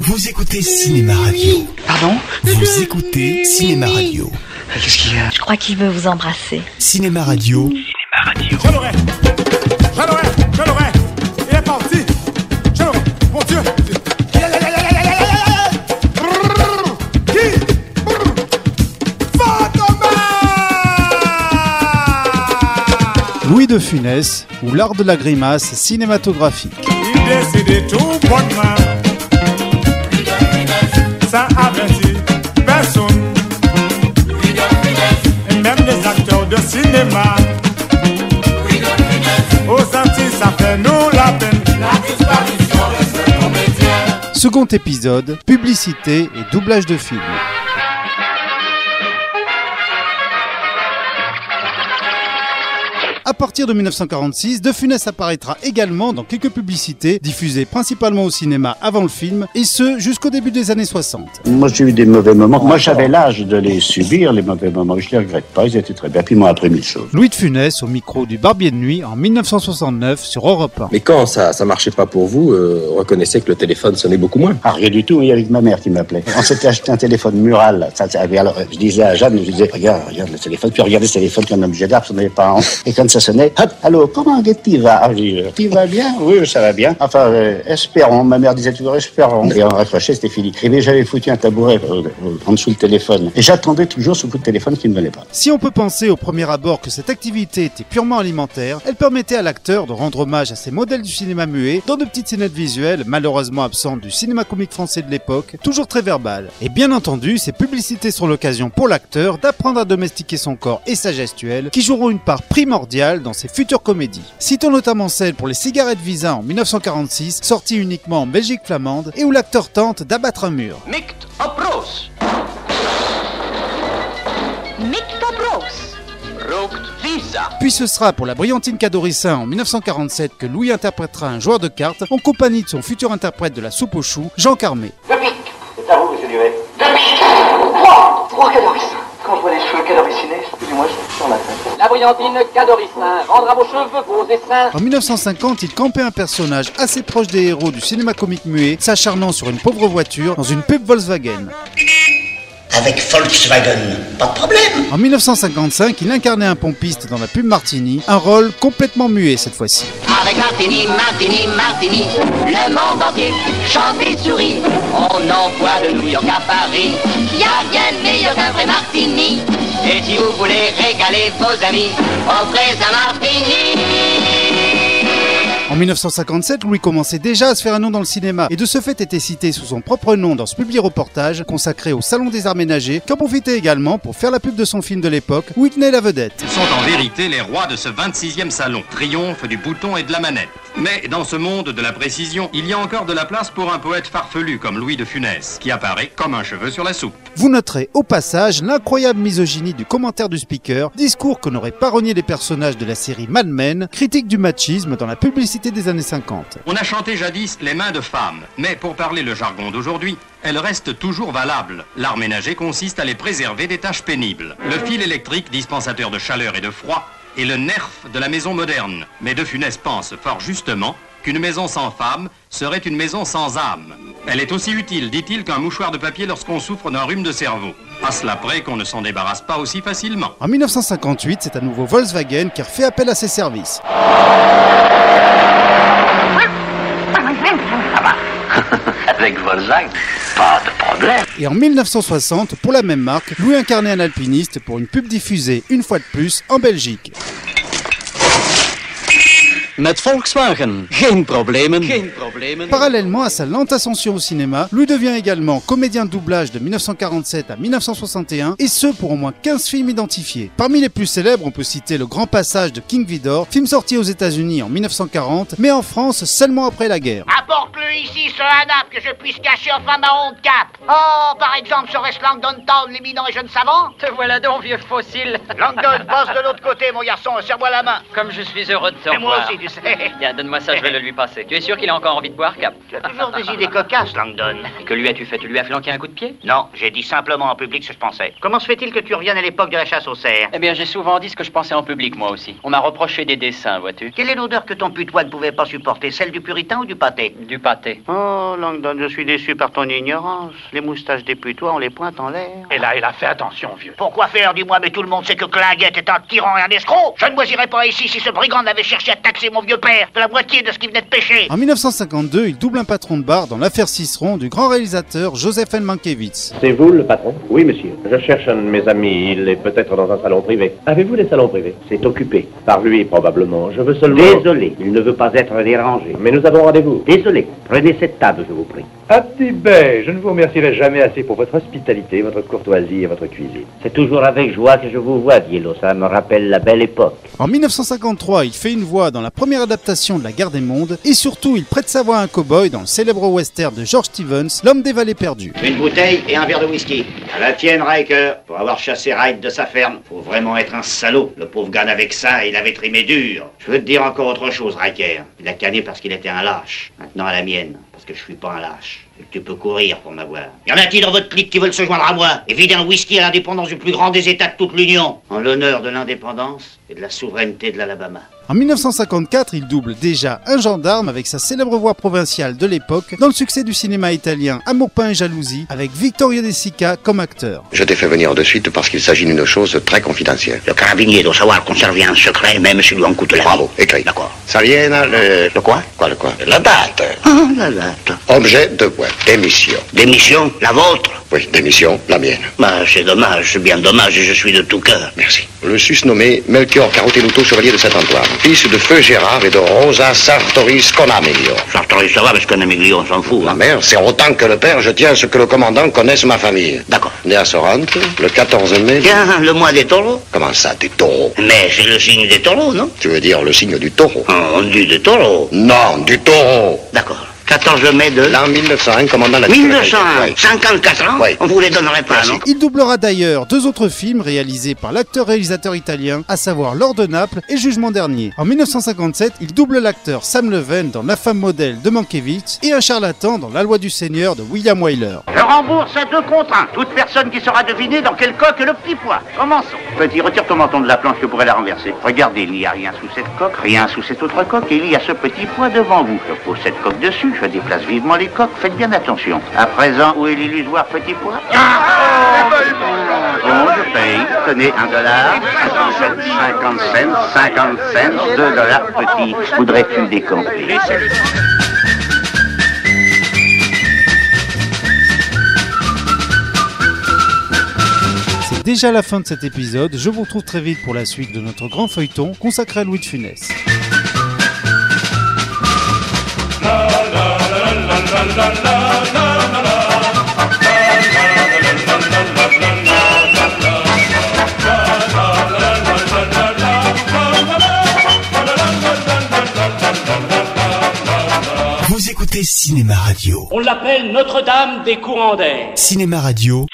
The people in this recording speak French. Vous écoutez Cinéma Radio. Pardon Vous écoutez Cinéma Radio. Qu'est-ce qu'il y a Je crois qu'il veut vous embrasser. Cinéma Radio. Je l'aurai Je l'aurai Je l'aurai Il est parti Je l'aurai Mon Dieu Il est là, là, là, là, là, là, là, là, là. Qui Fantomas Louis de Funès ou l'art de la grimace cinématographique. Il décide tout bonnement Sans avertir personne Et même les acteurs de cinéma Aux Antilles ça fait nous la peine Second épisode, publicité et doublage de films. À partir de 1946, De Funès apparaîtra également dans quelques publicités diffusées principalement au cinéma avant le film, et ce jusqu'au début des années 60. Moi, j'ai eu des mauvais moments. Moi, j'avais l'âge de les subir, les mauvais moments. Je les regrette pas. Ils étaient très bien. Puis, ils m'ont appris mille choses. Louis de Funès au micro du Barbier de Nuit en 1969 sur Europe 1. Mais quand ça ça marchait pas pour vous, euh, reconnaissez que le téléphone sonnait beaucoup moins. Ah, rien du tout. Il y avait que ma mère qui m'appelait. On s'était acheté un téléphone mural. Ça, ça avait- alors, je disais à Jeanne, je disais, regarde, regarde le téléphone. Puis, regardez le téléphone comme un objet d'art, parce qu'on n'avait pas honte. Et quand ça sonnait, hop, allô, comment que tu vas? Ah, je dis, tu vas bien? Oui, ça va bien. Enfin, euh, espérons. Ma mère disait toujours, espérons. Et on raccrochait, c'était fini. Et bien, j'avais foutu un tabouret euh, euh, en dessous le téléphone. Et j'attendais toujours ce coup de téléphone qui ne venait pas. Si on peut penser au premier abord que cette activité était purement alimentaire, elle permettait à l'acteur de rendre hommage à ses modèles du cinéma muet dans de petites scénettes visuelles malheureusement absentes du cinéma comique français de l'époque, toujours très verbales. Et bien entendu, ces publicités sont l'occasion pour l'acteur d'apprendre à domestiquer son corps et sa gestuelle, qui joueront une part primordiale dans ses futures comédies. Citons notamment celle pour les cigarettes Visa en 1946, sortie uniquement en Belgique flamande, et où l'acteur tente d'abattre un mur. Mikt Approos. Mikt Approos. Rookt Visa. Puis ce sera pour la brillantine Cadorissin en 1947 que Louis interprétera un joueur de cartes en compagnie de son futur interprète de la soupe aux choux, Jean Carmé. De pique. C'est à vous, monsieur Duret. De pique. Trois. Trois cadoristes. Quand je vois les cheveux cadoricinés, excusez-moi, je suis en la tête. La brillantine cadoricin rendra vos cheveux beaux et sains. En 1950, il campait un personnage assez proche des héros du cinéma comique muet, s'acharnant sur une pauvre voiture dans une pub Volkswagen. Avec Volkswagen, pas de problème. En 1955, il incarnait un pompiste dans la pub Martini, un rôle complètement muet cette fois-ci. Avec Martini, Martini, Martini, le monde entier chante et sourit. On envoie de New York à Paris. Y a rien de meilleur qu'un vrai Martini. Et si vous voulez régaler vos amis, offrez un Martini. En 1957, Louis commençait déjà à se faire un nom dans le cinéma et de ce fait était cité sous son propre nom dans ce public reportage consacré au Salon des Arts Ménagers, qui en profitait également pour faire la pub de son film de l'époque, où il tenait la vedette. Ils sont en vérité les rois de ce 26e salon, triomphe du bouton et de la manette. Mais dans ce monde de la précision, il y a encore de la place pour un poète farfelu comme Louis de Funès, qui apparaît comme un cheveu sur la soupe. Vous noterez au passage l'incroyable misogynie du commentaire du speaker, discours que n'auraient pas renié les personnages de la série Mad Men, critique du machisme dans la publicité des années 50. On a chanté jadis les mains de femmes, mais pour parler le jargon d'aujourd'hui, elles restent toujours valables. L'art ménager consiste à les préserver des tâches pénibles. Le fil électrique, dispensateur de chaleur et de froid, est le nerf de la maison moderne. Mais De Funès pense fort justement qu'une maison sans femme serait une maison sans âme. Elle est aussi utile, dit-il, qu'un mouchoir de papier lorsqu'on souffre d'un rhume de cerveau. À cela près qu'on ne s'en débarrasse pas aussi facilement. En 1958, c'est à nouveau Volkswagen qui refait appel à ses services. Avec Volkswagen, pas de problème. Et en 1960, pour la même marque, Louis incarnait un alpiniste pour une pub diffusée une fois de plus en Belgique. Met Volkswagen. Geen problemen. Geen problemen. Parallèlement à sa lente ascension au cinéma, Louis devient également comédien de doublage de 1947 à 1961, et ce pour au moins 15 films identifiés. Parmi les plus célèbres, on peut citer Le Grand Passage de King Vidor, film sorti aux États-Unis en 1940, mais en France seulement après la guerre. Apporte-le ici, ce hanap, que je puisse cacher enfin ma honte cap. Oh, par exemple, serait-ce Langdon Town, l'éminent et jeune savant Te voilà donc, vieux fossile. Langdon, passe de l'autre côté, mon garçon, serre-moi la main. Comme je suis heureux de te Et moi aussi, tu sais. Tiens, donne-moi ça, je vais le lui passer. Tu es sûr qu'il a encore envie de boire, Cap Tu as toujours des idées cocasses, Langdon. Que lui as-tu fait Tu lui as flanqué un coup de pied Non, j'ai dit simplement en public ce que je pensais. Comment se fait-il que tu reviennes à l'époque de la chasse aux cerfs Eh bien, j'ai souvent dit ce que je pensais en public, moi aussi. On m'a reproché des dessins, vois-tu Quelle est l'odeur que ton putois ne pouvait pas supporter Celle du puritain ou du pâté Du pâté. Oh, Langdon, je suis déçu par ton ignorance. Les moustaches des putois, on les pointe en l'air. Et là, il a fait attention, vieux. Pourquoi faire, dis-moi, mais tout le monde sait que Clinguette est un tyran et un escroc Je ne moisirais pas ici si ce brigand n'avait cherché à taxer mon vieux père de la moitié de ce qu'il venait de pêcher En 1952, il double un patron de bar dans l'affaire Ciceron du grand réalisateur Joseph N. Mankiewicz. C'est vous le patron Oui, monsieur. Je cherche un de mes amis. Il est peut-être dans un salon privé. Avez-vous des salons privés C'est occupé. Par lui, probablement. Je veux seulement. Désolé, il ne veut pas être dérangé. Mais nous avons rendez-vous. Désolé, prenez cette table, je vous prie. Abdibey, je ne vous remercierai jamais assez pour votre hospitalité, votre courtoisie et votre cuisine. C'est toujours avec joie que je vous vois, Diello. Ça me rappelle la belle époque. En 1953, il fait une voix dans la première adaptation de La Guerre des Mondes et surtout, il prête sa voix à un cow-boy dans le célèbre western de George Stevens, L'homme des vallées perdues. Une bouteille et un verre de whisky. À la tienne, Riker, pour avoir chassé Ryde de sa ferme. Faut vraiment être un salaud. Le pauvre gars avec ça, il avait trimé dur. Je veux te dire encore autre chose, Riker. Il a canné parce qu'il était un lâche. Maintenant à la mienne, parce que je suis pas un lâche. Tu peux courir pour m'avoir. Y en a-t-il dans votre clique qui veulent se joindre à moi Et vider un whisky à l'indépendance du plus grand des États de toute l'Union En l'honneur de l'indépendance et de la souveraineté de l'Alabama. En 1954, il double déjà un gendarme avec sa célèbre voix provinciale de l'époque dans le succès du cinéma italien Amour, pain et jalousie avec Vittorio De Sica comme acteur. Je t'ai fait venir de suite parce qu'il s'agit d'une chose très confidentielle. Le carabinier doit savoir conserver un secret même si lui en coûte la vie. Bravo, écrit. D'accord. Saliena, le... Le quoi Quoi, le quoi La date. Ah, la date. Objet de quoi Démission. Démission La vôtre Oui, démission, la mienne. Bah, c'est dommage, c'est bien dommage et je suis de tout cœur. Merci. Le susnommé Melchior Carotenuto, chevalier de Saint-Antoine, fils de Feu Gérard et de Rosa Sartoris Conamiglio. Sartori, ça va parce qu'on a migré, on s'en fout. Ma Hein. mère, c'est autant que le père, je tiens à ce que le commandant connaisse ma famille. D'accord. Né à Sorrente, le 14 mai... Tiens, le mois des taureaux Comment ça, des taureaux Mais c'est le signe des taureaux, non Tu veux dire le signe du taureau Ah, On dit des taureaux. Non, du taureau D'accord. 14 mai de L'an 1901, commandant la... 1901, Oui. 54 ans Oui. hein On vous les donnerait pas, non Il doublera d'ailleurs deux autres films réalisés par l'acteur-réalisateur italien, à savoir L'Or de Naples et Jugement dernier. En 1957, il double l'acteur Sam Leven dans La femme modèle de Mankiewicz et un charlatan dans La loi du Seigneur de William Wyler. Je rembourse à deux contre un. Toute personne qui saura deviner dans quel coque est le petit pois. Commençons. Petit, retire ton menton de la planche, je pourrais la renverser. Regardez, il n'y a rien sous cette coque, rien sous cette autre coque, et il y a ce petit pois devant vous. Je pose cette coque dessus, je déplace vivement les coques, faites bien attention. À présent, où est l'illusoire petit pois Ah Bon, je paye. Tenez, un dollar, 50 cents, 50 cents, 2 dollars petit. Voudrais-tu décamper C'est déjà la fin de cet épisode, je vous retrouve très vite pour la suite de notre grand feuilleton consacré à Louis de Funès. Vous écoutez Cinéma Radio. On l'appelle Notre-Dame des courants d'air. Cinéma Radio.